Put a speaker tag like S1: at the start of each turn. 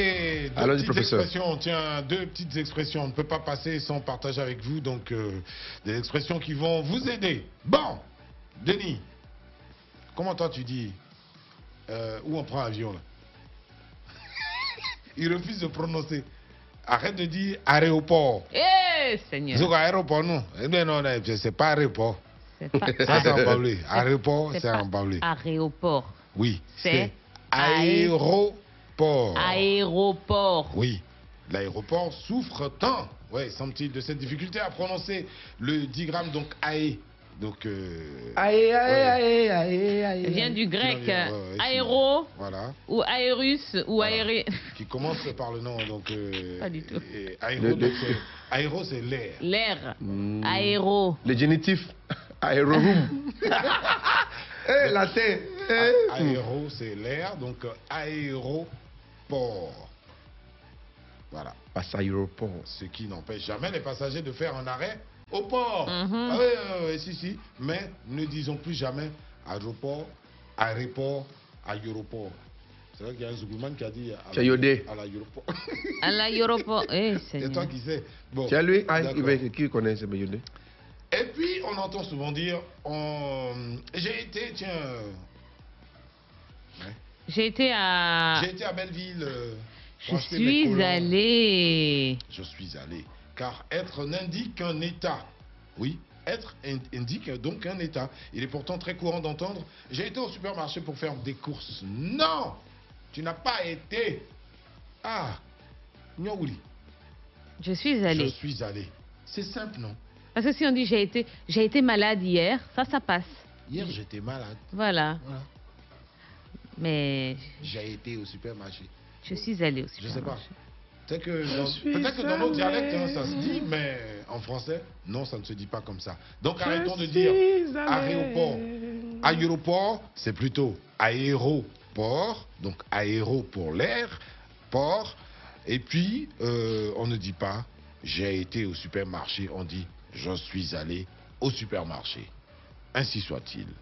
S1: Et deux
S2: Allons-y,
S1: petites
S2: professeur.
S1: expressions, tiens, deux petites expressions. On ne peut pas passer sans partager avec vous, donc euh, des expressions qui vont vous aider. Bon, Denis, comment toi tu dis euh, où on prend avion là Il refuse de prononcer. Arrête de dire aéroport.
S3: Eh, Seigneur.
S1: C'est quoi aéroport, non Eh bien, non, non, c'est pas aéroport.
S3: C'est pas
S1: Ça, c'est en baoulé. Aéroport,
S3: c'est
S1: c'est
S3: pas
S1: en baoulé.
S3: aéroport.
S1: Oui.
S3: C'est
S1: aéroport.
S3: Aéroport.
S1: Oh. Oui, l'aéroport souffre tant, ouais, semble-t-il, de cette difficulté à prononcer le digramme, donc AE. Donc, euh,
S2: Aïe,
S1: aïe,
S2: aïe, aïe, aïe.
S3: Vient du E, grec E
S1: qui en vient, ouais, ouais, qui-
S3: aéro
S1: Voilà,
S3: ou aérus ou
S1: Voilà.
S3: aéré.
S1: qui commence par le nom. Donc, euh,
S3: Pas du tout.
S1: et aéro,
S2: Le- le-
S1: donc, euh, aéro, c'est l'air.
S3: L'air.
S1: Hmm.
S3: Aéro.
S2: Le génitif. Aérorum. Eh, la terre.
S1: A-
S2: Eh.
S3: E.
S1: Aéro, c'est l'air, donc euh, aéroport. Voilà,
S2: Passe ah, aéroport.
S1: ce qui n'empêche jamais les passagers de faire un arrêt au port.
S3: Mhm.
S1: Ah oui, oui, oui, si, si, mais ne disons plus jamais aéroport, aéroport, aéroport. C'est vrai qu'il y a un Zougoumane qui a dit à-
S2: Tu as yodé.
S1: à l'aéroport.
S3: À l'aéroport. Eh,
S1: C'est toi
S3: Seigneur.
S1: qui sais. Bon.
S2: Tu as lui ah,
S1: D'accord.
S2: il va- Qui connaît ce Bayonne
S1: Et puis, on entend souvent dire on- J'ai été, tiens, euh,
S3: J'ai été à.
S1: j'ai été à Belleville. euh,
S3: Ah. Je
S1: pour acheter mes
S3: suis
S1: colons.
S3: allé.
S1: Je suis allé. Car être n'indique un état. Oui, être in- indique donc un état. Il est pourtant très courant d'entendre J'ai été au supermarché pour faire des courses. Non Tu n'as pas été. Ah Nyaouli,
S3: Je suis
S1: je
S3: allé.
S1: suis allé. C'est simple, non
S3: Parce que si on dit j'ai été, j'ai été malade hier, ça, ça passe.
S1: Hier, j'étais malade.
S3: Voilà.
S1: Voilà.
S3: Mais
S1: J'ai été au supermarché.
S3: je suis allé aussi.
S1: Je sais pas. Peut-être que
S2: Je
S1: dans,
S2: suis
S1: peut-être que dans nos
S2: allé.
S1: dialectes, hein, ça se dit, mais en français, non, ça ne se dit pas comme ça. Donc arrêtons de
S2: Je
S1: dire
S2: suis allé.
S1: aéroport. Aéroport, c'est plutôt aéroport, donc aéro pour l'air, port. Et puis, euh, on ne dit pas j'ai été au supermarché, on dit je suis allé au supermarché. Ainsi soit-il.